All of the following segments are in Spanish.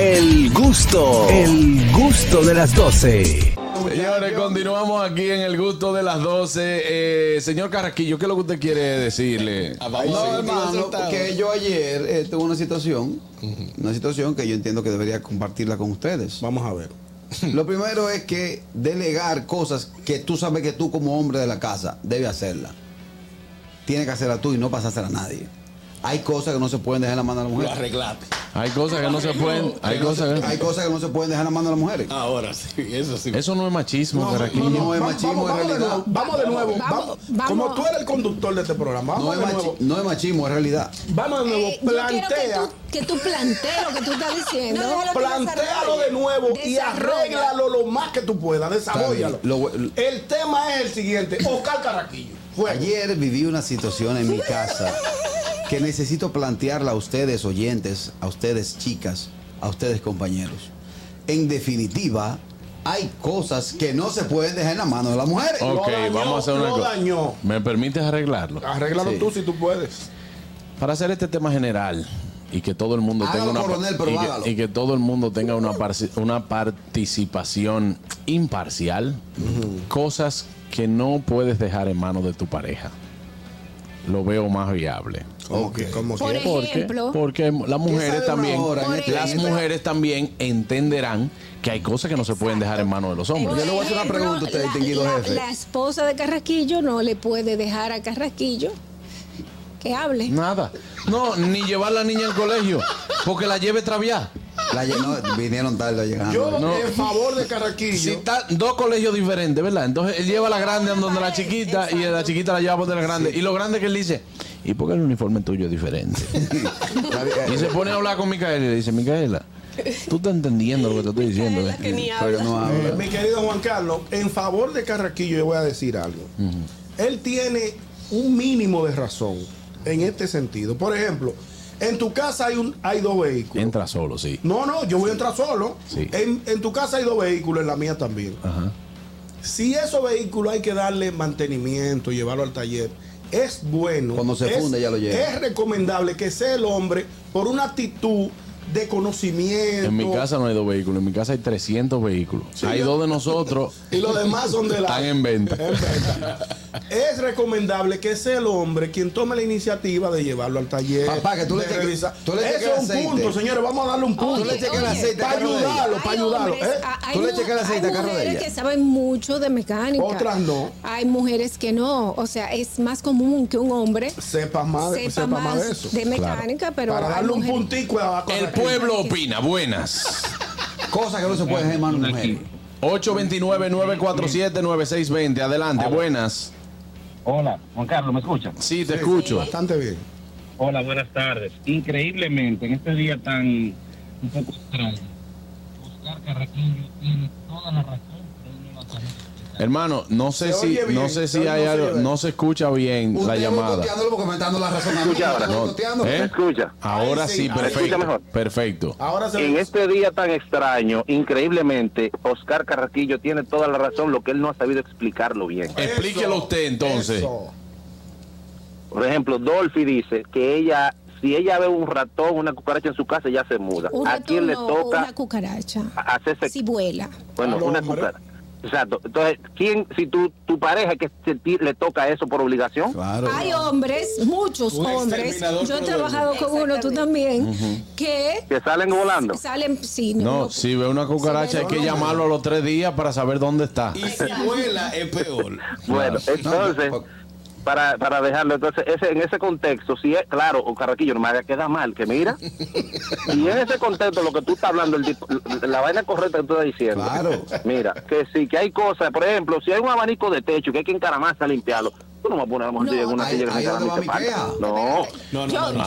El gusto, el gusto de las 12. Señores, continuamos aquí en el gusto de las 12. Eh, señor Carrasquillo, ¿qué es lo que usted quiere decirle? No, hermano, porque yo ayer eh, tuve una situación, una situación que yo entiendo que debería compartirla con ustedes. Vamos a ver. Lo primero es que delegar cosas que tú sabes que tú como hombre de la casa debes hacerla. Tienes que hacerla tú y no pasársela a nadie. Hay cosas que no se pueden dejar en la mano de las mujeres. arreglate. Hay cosas que no se pueden. Hay cosas Hay que. cosas que no se pueden dejar en la mano de las mujeres. Ah, Ahora sí, eso sí. Eso no es machismo, Carrasquillo. No es Eh, Va- machismo, vamos, es vamos de realidad. nuevo, vamos de nuevo. Vamos, vamos. Como vamos. tú eres el conductor de este programa, No vamos es, de machi- nuevo. no es machismo, es realidad. Vamos de nuevo. Eh, yo quiero plantea. Que tú, que tú plantees lo que tú estás diciendo. No, déjalo Plantéalo de nuevo y Desarrolla. arréglalo lo más que tú puedas, desarrollalo. Está bien, lo- el tema es el siguiente, Oscar Carraquillo. Fue allí. Ayer viví una situación en mi casa que necesito plantearla a ustedes oyentes, a ustedes chicas, a ustedes compañeros. En definitiva, hay cosas que no se pueden dejar en la mano de las mujeres. Ok, Lo dañó, vamos a hacer una lo cosa. dañó. Ah. ¿Me permites arreglarlo? Arréglalo Sí. tú si tú puedes. Para hacer este tema general y que todo el mundo Hágalo, tenga una coronel, pero y, hágalo. que, y que todo el mundo tenga una parci- una participación imparcial, cosas que no puedes dejar en manos de tu pareja. Lo veo más viable. ¿Cómo que? ¿Cómo Por que? Porque, ejemplo, porque las mujeres sabe también una hora en este las tema? mujeres también entenderán que hay cosas que no se pueden dejar en manos de los hombres. Yo le voy a hacer una Ejemplo, pregunta a usted, la- distinguido la- jefe. La esposa de Carrasquillo no le puede dejar a Carrasquillo que hable. Nada. No, ni llevar a la niña al colegio, porque la lleve traviada. La lle- no, vinieron tarde llegando. Yo No. en favor de Carraquillo. Si está dos colegios diferentes, ¿verdad? Entonces él lleva a la grande a donde la chiquita y a la chiquita la lleva por donde la grande. Y lo grande que él dice, ¿y por qué el uniforme tuyo es diferente? La- eh, y se pone a hablar con Micaela y le dice, Micaela, tú estás entendiendo lo que te estoy diciendo. ¿eh?" pero yo no hablo. Eh, mi querido Juan Carlos, en favor de Carraquillo yo voy a decir algo. Él tiene un mínimo de razón en este sentido. Por ejemplo, en tu casa hay un hay dos vehículos. Entra solo, sí. No, no, yo voy a entrar solo. Sí. En, en tu casa hay dos vehículos, en la mía también. Si esos vehículos hay que darle mantenimiento, llevarlo al taller, es bueno. Cuando se es- funde ya lo lleva. Es recomendable que sea el hombre por una actitud de conocimiento. En mi casa no hay dos vehículos, en mi casa hay 300 vehículos. hay dos de nosotros Y los demás son de la. están en venta. Es recomendable que sea el hombre quien tome la iniciativa de llevarlo al taller. Papá, que tú le de cheques- revisar. tú le cheques Eso es un aceite. Ah, punto, señores. Vamos a darle un punto. Tú le cheques el aceite Para al carro de ella. ayudarlo, para Hay ayudarlo. hombres, ¿eh? a- ¿Tú hay le mu- checas el aceite hay al carro de mujeres ella? que saben mucho de mecánica. Otras no. Hay mujeres que no. O sea, es más común que un hombre Sepas Ah, más, de- sepa sepa más de eso. mecánica, pero para hay darle un mujeres- puntico a El pueblo opina, buenas. Cosas que no se pueden dejar en manos de las mujeres. 829-947-9620. Adelante, buenas. Hola, Juan Carlos, ¿me escuchan? Sí, te escucho. Bastante bien. Hola, buenas tardes. Increíblemente, en este día tan un poco extraño, Oscar Carraquillo tiene toda la razón. pero no la sabe. Hermano, no sé Se si, oye bien, no sé se si oye- hay no se algo, oye bien. no se escucha bien la Usted llamada. boicoteándolo, comentando la razón. Escucha ahora. Usted No, boicoteando. ¿eh? ¿Me escucha? Ahora Ahí sí, sí, ahora sí. Escucha perfecto. mejor. Perfecto. Ahora se En este día tan extraño, increíblemente, este, Oscar Carraquillo tiene toda la razón, lo que él no ha sabido explicarlo bien. Explíquelo usted entonces. Eso. Por ejemplo, Dolphy dice que ella, si ella ve un ratón, una cucaracha en su casa, ya se muda. Un ¿A ratón quién le no, toca Una cucaracha. hacerse Si vuela. Bueno, Al una hombre. cucaracha. Exacto. Entonces, ¿quién, si tu, tu pareja que se ti- le toca eso por obligación? Claro. Hay hombres, muchos Un hombres. exterminador Yo he cruel. trabajado con uno, tú también, que Que salen volando. salen, sí, No, si ve una cucaracha hay que llamarlo a los tres días para saber dónde está. Bueno, entonces, no, no. para, para dejarlo, entonces, ese, en ese contexto, si es, claro, o Carraquillo, no me haga quedar mal, que mira. y en ese contexto, lo que tú estás hablando, el tipo- la vaina correcta que tú estás diciendo. Claro. Mira, que sí, que hay cosas, por ejemplo, si hay un abanico de techo que hay que encaramarse a limpiarlo, tú no vas a poner a lo mejor No, tú llegas a una ahí- silla que ahí se donde va mi encarama y se queja. parte. No. No,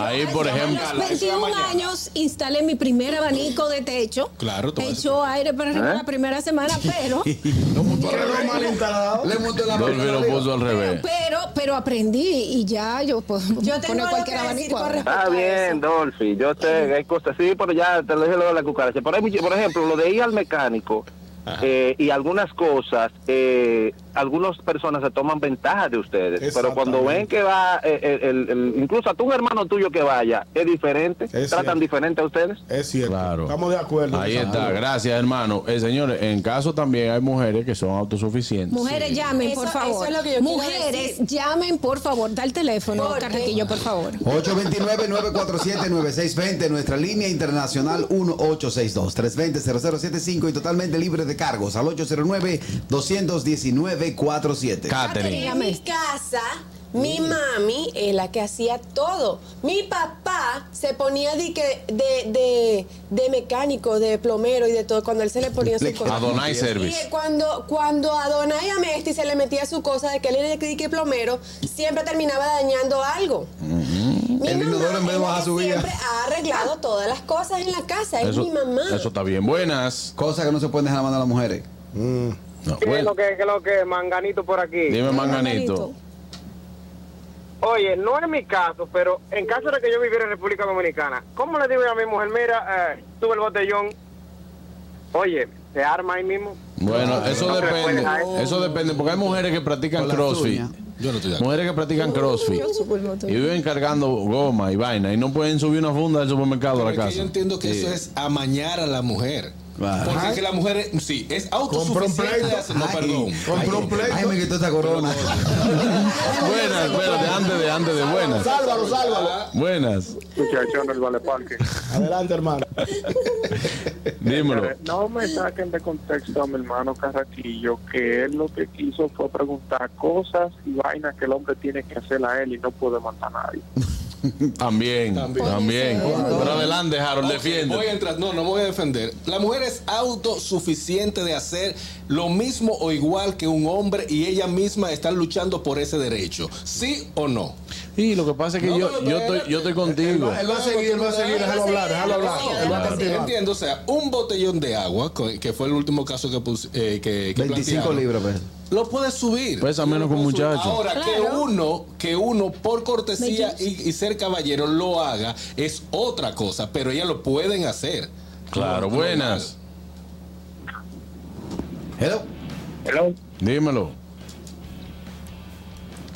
Ahí, por ejemplo. A los 21 años instalé mi primer abanico de techo. Claro, Echó aire para arriba ¿Eh? la primera semana, pero, Quedó mal instalado. Le montó la Dolby lo puso al pero, revés. pero, pero aprendí y ya yo puedo Yo tengo poner algo cualquier que decir abanico. con ahora. respecto- Ah, Está bien, Dolphy, yo sé que hay cosas, sí, pero ya te lo dije lo de la cucaracha. Por, ahí, por ejemplo, lo de ir al mecánico eh, y algunas cosas, eh, algunas personas se toman ventaja de ustedes, pero cuando ven que va, eh, eh, el- el- incluso hasta un hermano tuyo que vaya, es diferente, tratan cierto. diferente a ustedes. Es cierto. Claro. Estamos de acuerdo. Ahí Claro. está, gracias hermano. Eh, señores, en caso también hay mujeres que son autosuficientes. Mujeres, llamen, Eso- por favor. eso es lo que yo quiero Mujeres, decir. llamen, por favor. Da el teléfono, Porque- Carrequillo, por favor. 829-947-9620, 9620, nuestra línea internacional 1862-320-0075 y totalmente libre de cargos al 809-219-47. Catherine. En mi casa, mi Mm. mami es la que hacía todo. Mi papá se ponía de, que- de, de, de mecánico, de plomero y de todo, cuando él se le ponía su Le- cosa. Adonai Service. Y cuando, cuando Adonai Amesti se le metía su cosa de que él era de que plomero, siempre terminaba dañando algo. Mi El mamá inodoro en vez de es la bajar que su vida. Siempre ha arreglado todas las cosas en la casa, es mi mamá. eso está bien. Buenas. Cosas que no se pueden dejar a mano a las mujeres. No, ¿Qué es bueno, lo que, qué es lo que, manganito por aquí? dime manganito. Oye, no es mi caso, pero en caso de que yo viviera en República Dominicana, ¿cómo le digo yo a mi mujer, mira, eh, tuve el botellón? Oye, se arma ahí mismo. Bueno, eso No se le puede depende. dejar eso. Eso depende porque hay mujeres que practican Con las CrossFit. uñas. Yo no estoy de acuerdo. Mujeres que practican CrossFit y viven cargando goma y vaina y no pueden subir una funda del supermercado a la Pero es que casa. yo entiendo que Sí. eso es amañar a la mujer. Claro. Porque es que la mujer, sí, es autosuficiente. Compró un de pleito. hacer- No, Ay, perdón. Compró un pleito. Ay, me quitó esta corona. Buenas, espérate, antes de, antes de buenas. Sálvalo, sálvalo. Buenas, Muchachón del Vale Parque. Adelante, hermano. dímelo. Eh, No me saquen de contexto a mi hermano Carraquillo, que él lo que quiso fue preguntar cosas y vainas que el hombre tiene que hacer a él y no puede matar a nadie. También, También. también. Pero adelante, Harold, Voy a defiende. entrar, no, no me voy a defender. La mujer es autosuficiente de hacer lo mismo o igual que un hombre y ella misma está luchando por ese derecho. ¿Sí o no? Y lo que pasa es que No, yo, pero yo espérate. estoy, yo estoy contigo. Él va a seguir, él va a seguir. Déjalo hablar, déjalo hablar. Él va a Yo continuar. entiendo, o sea, un botellón de agua, co- que fue el último caso que, pus- eh, que, que 25 plantearon, libras, pues. Lo puedes subir. Pesa Pues, menos que un Lo puedes subir. muchacho. Ahora, que uno, que uno por cortesía y, y ser caballero lo haga es otra cosa, pero ellas lo pueden hacer. Claro, No, buenas. Hello. Hello. Dímelo.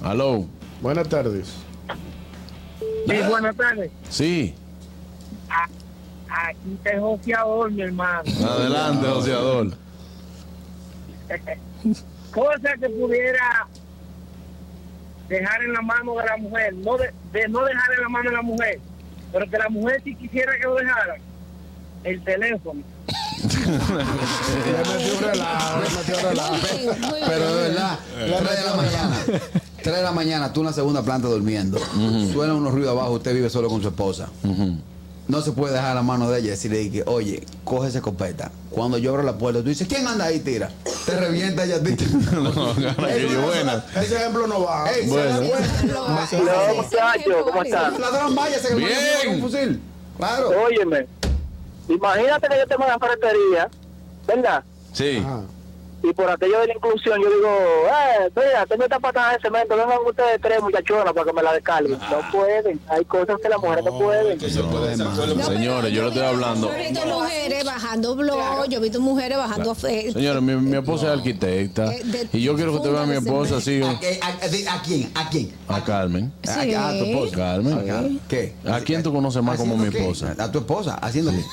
Aló. Buenas tardes. Sí, buenas tardes. Sí. Aquí te joseador, mi hermano. Adelante, joseador. Cosa que pudiera dejar en la mano de la mujer, no de, de no dejar en la mano de la mujer, pero que la mujer si quisiera que lo dejara, el teléfono. Le metió un relajo, le metió un relajo. Pero de Eh, verdad, 3 de la mañana. 3 de la mañana, tú en la segunda planta durmiendo. Suena unos ruidos abajo, usted vive solo con su esposa. No se puede dejar la mano de ella y decirle que, oye, coge esa escopeta. Cuando yo abro la puerta, tú dices, ¿quién anda ahí? Tira. Te revienta ella. ¿viste? No, Carraquillo, buenas. Ese ejemplo no va. Ey, Bueno. Hola, muchachos, ¿cómo están? Ladrón, váyase que el Bien. mañana viene con un fusil. Claro. Óyeme, imagínate que yo tengo una ferretería, ¿verdad? Sí. Ah, Y por aquello de la inclusión, yo digo, eh, mira, tengo esta patada de cemento, vengan ustedes tres muchachonas para que me la descarguen. No pueden, hay cosas que las mujeres Ah. no, pueden. que se puede hermano. sacar lo- No, Señores, yo le estoy hablando. Yo he visto mujeres bajando blog, yo he visto mujeres bajando. eh, Señores, mi, mi esposa es arquitecta. Eh, de- Y yo quiero que usted vea a mi esposa así. ¿A, qué- a- de- a quién? ¿A quién? Ah. A Carmen. Sí. A, a tu esposa. Carmen. ¿Qué? ¿Ah, ¿A quién tú conoces más como ¿Haciendo mi qué? esposa? A tu esposa, haciendo qué?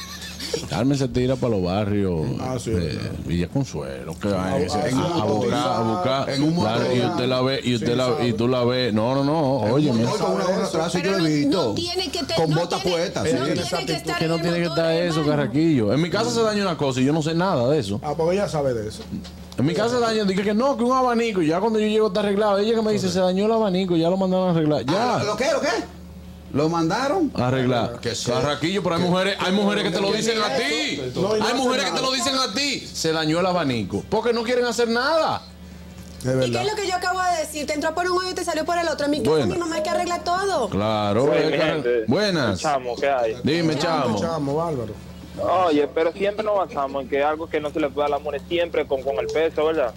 Carmen se tira para los barrios Ah, sí, de claro. Villa Consuelo, que va a, en a- un a motor, buscar, a buscar. en un motor. Claro, y usted la ve, y usted la y tú la ves. No, no, no, óyeme. Oye, con una gorra atrás, yo pero lo no, he visto. no tiene que te- Con no botas tiene- puestas. No sí. tiene Esa que actitud estar Que no en el tiene que motor, estar eso, hermano. carraquillo. En mi casa se daña una cosa y yo no sé nada de eso. ah, porque ella sabe de eso. En mi casa se daña, dije que no, que un abanico. Y ya cuando yo llego está arreglado. Ella que me dice, se dañó el abanico, ya lo mandaron a arreglar. Ah, Ya. ¿Lo qué? ¿Lo qué? ¿Lo mandaron? Arreglar. Que sí. Carraquillo, pero hay mujeres, hay mujeres que te lo dicen a ti. No, y no Hay mujeres hacen que te lo dicen a ti. Se dañó el abanico. Porque no quieren hacer nada. De ¿Y qué verdad. es lo que yo acabo de decir? Te entró por un oído y te salió por el otro. En mi casa Bueno. mi mamá es que arregla todo. Claro, Oye, eh, mi cara- gente. buenas. Chamo, ¿qué hay? Dime, chamo. Chamo, bárbaro. Oye, pero siempre nos basamos en que algo que no se le puede a la mujer siempre con, con el peso, ¿verdad?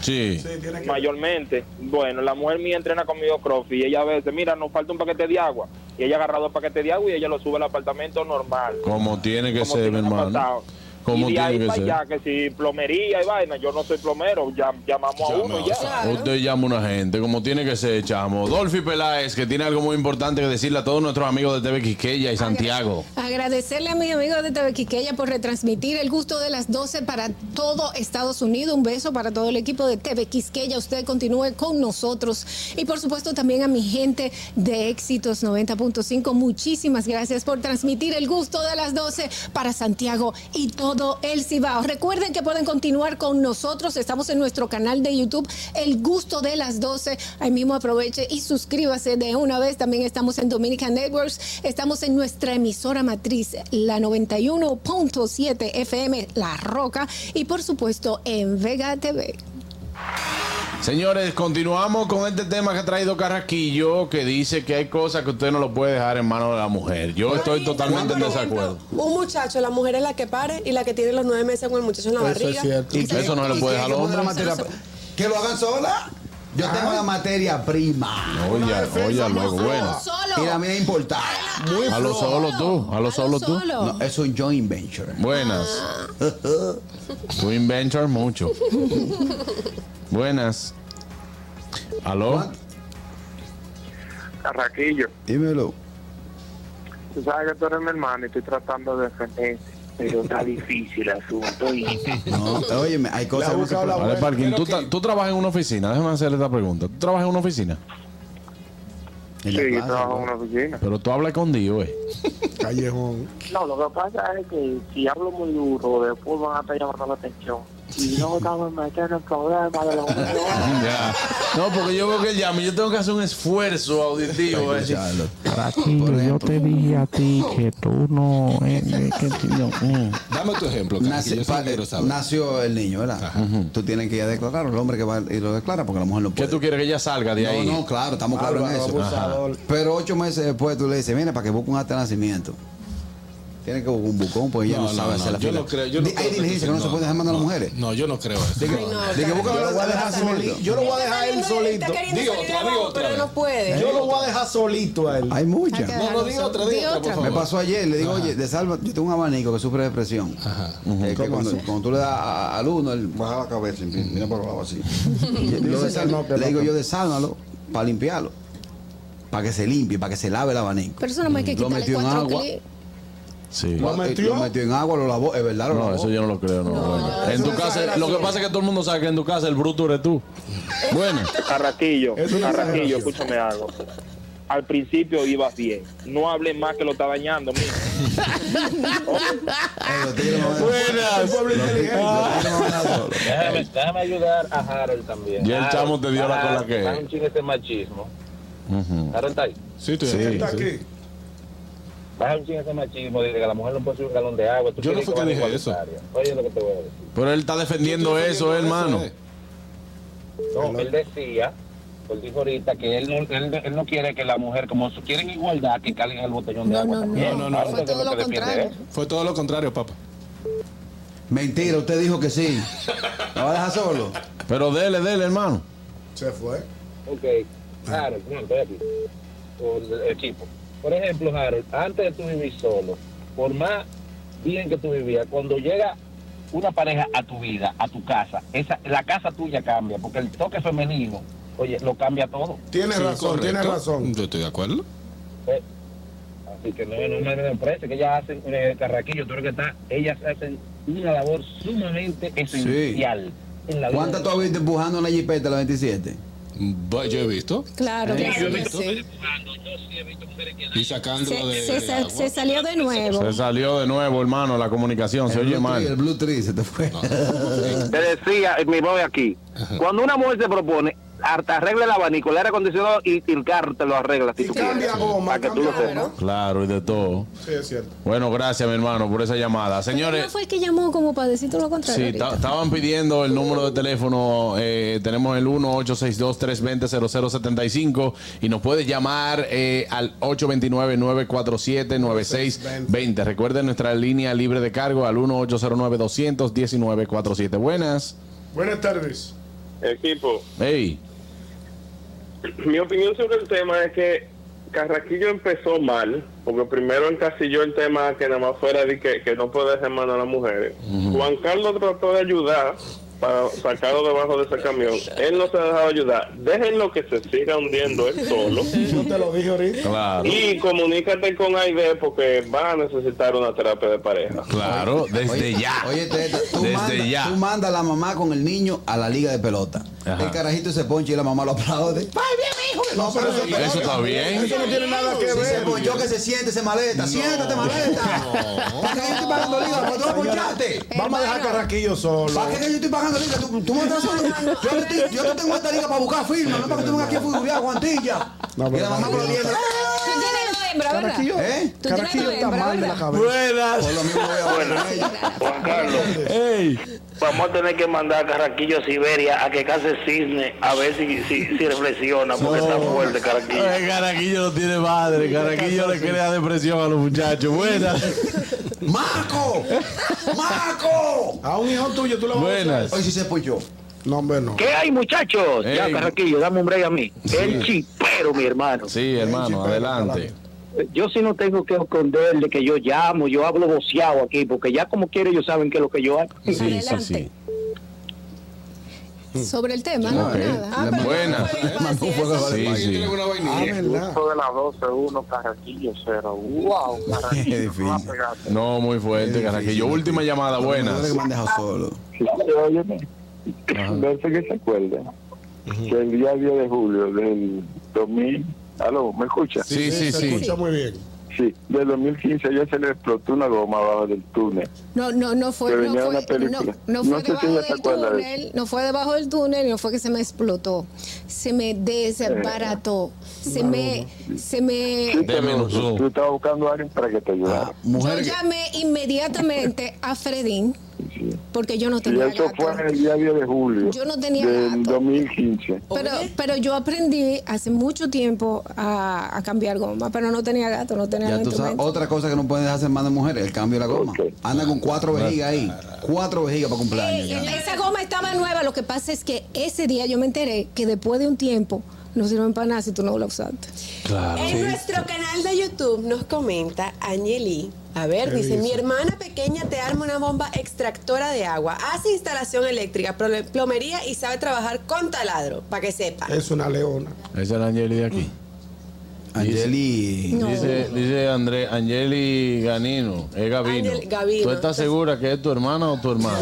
Sí. Mayormente. Bueno, la mujer mía entrena conmigo CrossFit y ella a veces, mira, nos falta un paquete de agua. Y ella ha agarrado el paquete de agua y ella lo sube al apartamento normal. Como tiene que Como ser, si mi nada hermano. pasado. Como y de ahí tiene que para ser. allá, que si plomería y vaina, yo no soy plomero, llam- llamamos a uno ya. Usted llama a una gente, como tiene que ser, chamo. Dolphy Peláez, que tiene algo muy importante que decirle a todos nuestros amigos de TV Quisqueya y Santiago. Agradecerle a mis amigos de TV Quiqueya por retransmitir el gusto de las 12 para todo Estados Unidos. Un beso para todo el equipo de TV Quisqueya. Usted continúe con nosotros. Y por supuesto también a mi gente de Éxitos 90.5. Muchísimas gracias por transmitir el gusto de las 12 para Santiago y todo el Cibao. Recuerden que pueden continuar con nosotros. Estamos en nuestro canal de YouTube, El Gusto de las 12. Ahí mismo aproveche y suscríbase de una vez. También estamos en Dominican Networks. Estamos en nuestra emisora matriz, la 91.7 FM, La Roca. Y por supuesto en Vega TV. Señores, continuamos con este tema que ha traído Carraquillo, que dice que hay cosas que usted no lo puede dejar en manos de la mujer. Yo estoy totalmente en desacuerdo. Un muchacho, la mujer es la que pare y la que tiene los nueve meses con el muchacho en la barriga. Y que eso no se le puede dejar a los Una hombres. materia- Que lo hagan sola. Yo Ah. tengo la materia prima. Oye, oye, luego, bueno. Y la mía importada. A lo solo tú, a lo solo tú. eh, No, es un joint venture. Buenas. Tu inventor mucho. Buenas. ¿Aló? Carraquillo, Dímelo. tú sabes que tú eres mi hermano y estoy tratando de defenderte, pero está difícil el asunto. Y... No, oye, hay cosas que no se pueden- Vale, Parkin, tú, ta- tú trabajas en una oficina. Déjame hacer esta pregunta. ¿Tú trabajas en una oficina? Sí, yo trabajo en una oficina. Pero tú hablas con Dios, eh. Callejón. No, lo que pasa es que si hablo muy duro, después van a estar llamando la atención. Y no estamos metiendo en problemas de los Ah. Ya. No, porque yo veo que él llama y yo tengo que hacer un esfuerzo auditivo. eh. Carraquillo, yo te dije a ti que tú no. eh, eh, que tú no, mm. Dame tu ejemplo, Carlos, Nace- que yo sí pa- quiero saber. nació el niño, ¿verdad? Tú tienes que ir a declarar, el hombre que va y lo declara porque la mujer no ¿Qué puede. tú quieres que ella salga de ahí? No, no, claro, estamos claros en Bárbaro, eso. abusador. Ajá. Pero ocho meses después tú le dices, mira, para que busque un acta de nacimiento. Tiene que buscar un bucón, pues ella no, No, no, sabe hacer la no, yo fila. no creo- yo no Di- creo Hay que diligencias que no, no, se puede dejar mandar a las mujeres. No, yo no creo eso. Dije, dije, busca Yo lo voy a dejar solito. Yo lo voy a dejar él solito. Digo otra, digo Pero no puede. Yo lo voy a dejar solito a él. Hay muchas. No, no, di otra, di Di otra, por otra. favor. Me pasó ayer, le digo, oye, de salva, yo tengo un abanico que sufre de depresión. Eh, que ¿Cómo cuando, así? cuando tú le das a- a- al uno, él baja la cabeza, y mira mira para el lado así. Yo- yo Dice desalmo- que no, que le digo no. yo, desálmalo para limpiarlo. Para que se limpie, para que se lave el abanico. Pero eso no me hay que Lo quitarle metió en cuatro agua. clics. Sí. Lo metió. en agua, lo lavó, es verdad. Lo No, lavó. eso yo no lo creo, no. bueno. En tu casa, lo que pasa es que todo el mundo sabe que en tu casa el bruto eres tú. Bueno. Carraquillo, Es una exageración. Carraquillo, escúchame algo. Al principio ibas bien. No hables más que lo está dañando, mira. Buenas. Ah, Déjame, déjame ayudar a Harold también. Y el Harold, chamo te dio la Harold, cola que- Está un chingo ese machismo. Ujú. Harold está ahí. Sí, estoy aquí. Está aquí. Baja un chingo ese machismo, dice que la mujer no puede subir un galón de agua. Tú Yo no quieres fui que comer dije eso. igualitaria. Oye lo que te voy a decir. Pero él está defendiendo eso, eh, hermano. No, él decía, él dijo ahorita que él no, él, él no quiere que la mujer, como su- quieren igualdad, que carguen el botellón de agua. No, no, no. ¿eh? Harold es lo que defiende eso. Fue todo lo contrario, papá. Mentira, usted dijo que sí. ¿Lo va a dejar solo? Pero dele, dele, hermano. Se fue. Ok, Harold, no, estoy aquí. Por el equipo. Por ejemplo, Harold, antes de tú vivir solo, por más bien que tú vivías, cuando llega una pareja a tu vida, a tu casa, esa, la casa tuya cambia, porque el toque femenino, oye, lo cambia todo. Tienes razón, tienes razón. Yo estoy de acuerdo. Eh, Así que no, no me me parece que ellas hacen, eh, Carraquillo, tú eres que está, ellas hacen una labor sumamente esencial en la vida ¿Cuántas de- tú has visto empujando una jipeta a la 27? Yo he visto. Claro, Sí, claro yo he que visto. sí. Y sacando de. Se, se sal- se salió de nuevo. Se salió de nuevo, hermano, la comunicación. Se oye mal. El Blue Tree se te fue. Te decía, eh, mi voy aquí, cuando una mujer se propone, hasta arregla el abanico, el aire acondicionado y, y el carro te lo arregla. Si tú Cambia quieres, goma, para que tú cambia lo goma. sepas. Claro, y de todo. Sí, es cierto. Bueno, gracias, mi hermano, por esa llamada. Pero no Señores, fue el que llamó como para decir todo lo contrario. sí, ta- ahorita. estaban pidiendo el número de teléfono. eh, tenemos el 1-862-320-0075 y nos puede llamar eh, al 829-947-9620. Recuerden nuestra línea libre de cargo al 1-809-200-1947. Buenas. Buenas tardes. Equipo, Hey, mi opinión sobre el tema es que Carraquillo empezó mal Porque primero encasilló el tema que nada más fuera de que, que no puede ser mano a las mujeres. Juan Carlos trató de ayudar para sacarlo debajo de ese camión. Él no se ha dejado ayudar. Déjenlo que se siga hundiendo él solo. Yo te lo dije ahorita. Claro. Y comunícate con Aide porque va a necesitar una terapia de pareja. Claro, desde Oye, ya. Oye, te- te- tú, Desde manda, ya. tú manda a la mamá con el niño a la liga de pelota. Ajá. El carajito se ponche y la mamá lo aplaude. ¡Ay, bien, hijo! No, pero eso, Eso está bien. Eso no tiene nada que Si se ver. ponchó, que se siente, se maleta. Siéntate, maleta. ¿Para qué yo estoy pagando liga? ¿Para qué tú la ponchaste? Vamos a dejar Carraquillo solo. ¿Para qué yo estoy pagando liga? Tú, tú me estás solo. Yo, te estoy- yo te tengo esta liga para buscar firma, no para que tú vengas aquí a furubiar guantilla. No, Y la mamá con los dientes. Tú tienes dos hembras, ¿verdad? Carraquillo, ¿Eh? Tú tienes Carraquillo dos está hembras, mal de la ¿verdad? cabeza. Buenas. Por lo mismo voy a hablar con ella. Juan Carlos, vamos a tener que mandar a Carraquillo a Siberia a que case cisne a ver si, si, si reflexiona, porque está fuerte Carraquillo. Ay, Caraquillo no tiene madre. Caraquillo le crea depresión a los muchachos. Buenas. ¡Maco! ¡Maco! A un hijo tuyo tú lo vas a Buenas. Hoy sí pues se ponchó. No, hombre, no. ¿Qué hay, ¡Eh, muchachos? Ya, Ey. Carraquillo, dame un break a mí. El chipero, mi hermano. Sí, hermano, adelante. Yo sí no tengo que esconderle que yo llamo, yo hablo boceado aquí, porque ya como quiere ellos saben que es lo que yo hago. Sí, sí, sí. Sobre el tema, Ok. no, nada. Ah, pero- Buenas. Sí, sí. Ah, verdad. de la 12, 1, Carraquillo 0. ¡Wow! Qué difícil. No, muy fuerte, Caraquillo. Última llamada, Madre buenas. que me han dejado solo. Óyeme, no sé que se acuerda que el día 10 de julio del 2000, aló, ¿me escucha? Sí, sí, se sí. escucha muy bien. Sí, del 2015 a ella se le explotó una goma abajo del túnel. No, no, no fue, Pero no ya una fue, no, película. no No fue sé si debajo ella se del acuerda de túnel, no fue debajo del túnel, no fue que se me explotó, se me desbarató, se me, se me, Eh. Sí, pero Desmenuzó. tú estabas buscando a alguien para que te ayudara. yo Mujer que- llamé inmediatamente a Fredín porque yo no y tenía eso gato. fue el día 10 de julio Yo no tenía del gato. 2015. Pero, pero yo aprendí hace mucho tiempo a, a cambiar goma, pero no tenía gato, no tenía Ya tú sabes, instrumento. otra cosa que no pueden dejarse más de mujeres, el cambio de la goma. Ok. Anda con cuatro vejigas ahí. Cuatro vejigas para cumpleaños. Ey, ya. esa goma estaba nueva, lo que pasa es que ese día yo me enteré que después de un tiempo no sirven para nada si tú no la usaste. Claro. En nuestro canal de YouTube nos comenta Angeli. A ver, dice, mi hermana pequeña te arma una bomba extractora de agua, hace instalación eléctrica, plo- plomería y sabe trabajar con taladro, para que sepa. Es una leona. Esa es la Angeli de aquí. Angeli. No. Dice, dice André, Angeli Ganino, es Gavino. Ángel Gavino. ¿Tú estás segura que es tu hermana o tu hermano?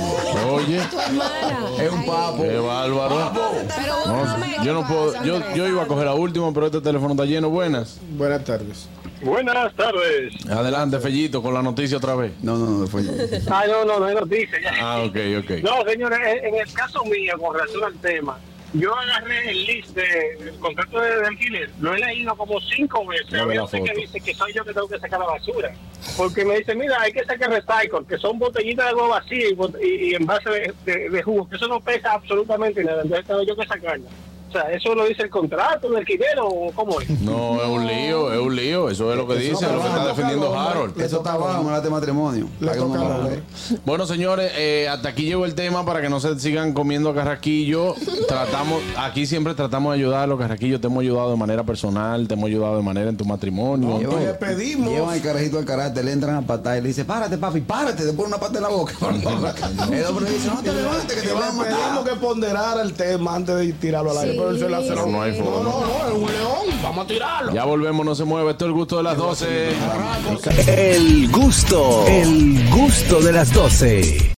Oye, Tu hermana. Es un Ay, papo. qué bárbaro. Pero No, bórrame yo no lo puedo, que yo, pasa, yo iba a coger la última, pero este teléfono está lleno. Buenas. Buenas tardes. Buenas tardes. Adelante, Fellito, con la noticia otra vez. No, no, no, fue yo. Ah, no, no, no nos dice. Ah, ok, ok. No, señores, en el caso mío, con relación al tema, yo agarré el list del contrato de, de alquiler, lo he leído como cinco veces. No ve Había la veces foto. que dice que soy yo que tengo que sacar la basura. Porque me dice, mira, hay que sacar recycle, que son botellitas de agua vacía y, bot- y- y envase de, de, de jugo, que eso no pesa absolutamente nada, entonces tengo yo que sacarla. O sea, ¿eso lo dice el contrato de alquiler o cómo es? No, es un lío, es un lío. Eso es lo que dice, es lo que está defendiendo Harold. Eso está abajo, me de matrimonio. La Para que uno toca no- la ley. Bueno, señores, eh, hasta aquí llegó el tema para que no se sigan comiendo carraquillo. Tratamos, aquí siempre tratamos de ayudar a los carraquillos. Te hemos ayudado de manera personal, te hemos ayudado de manera en tu matrimonio. en Llevan- Le pedimos. Llevan el carajito al carácter, le entran a patar y le dicen, párate, papi, párate, te pone una pata en la boca. El hombre le dice, no te levantes, que te van a Le pedimos matar. que ponderara el tema antes de tirarlo al aire. Sí. Pero él se la hace todo. la- No hay No, forma. no, no, es un león. Vamos a tirarlo. Ya volvemos, no se mueve. Esto es el gusto de las 12. El gusto, el gusto de las 12.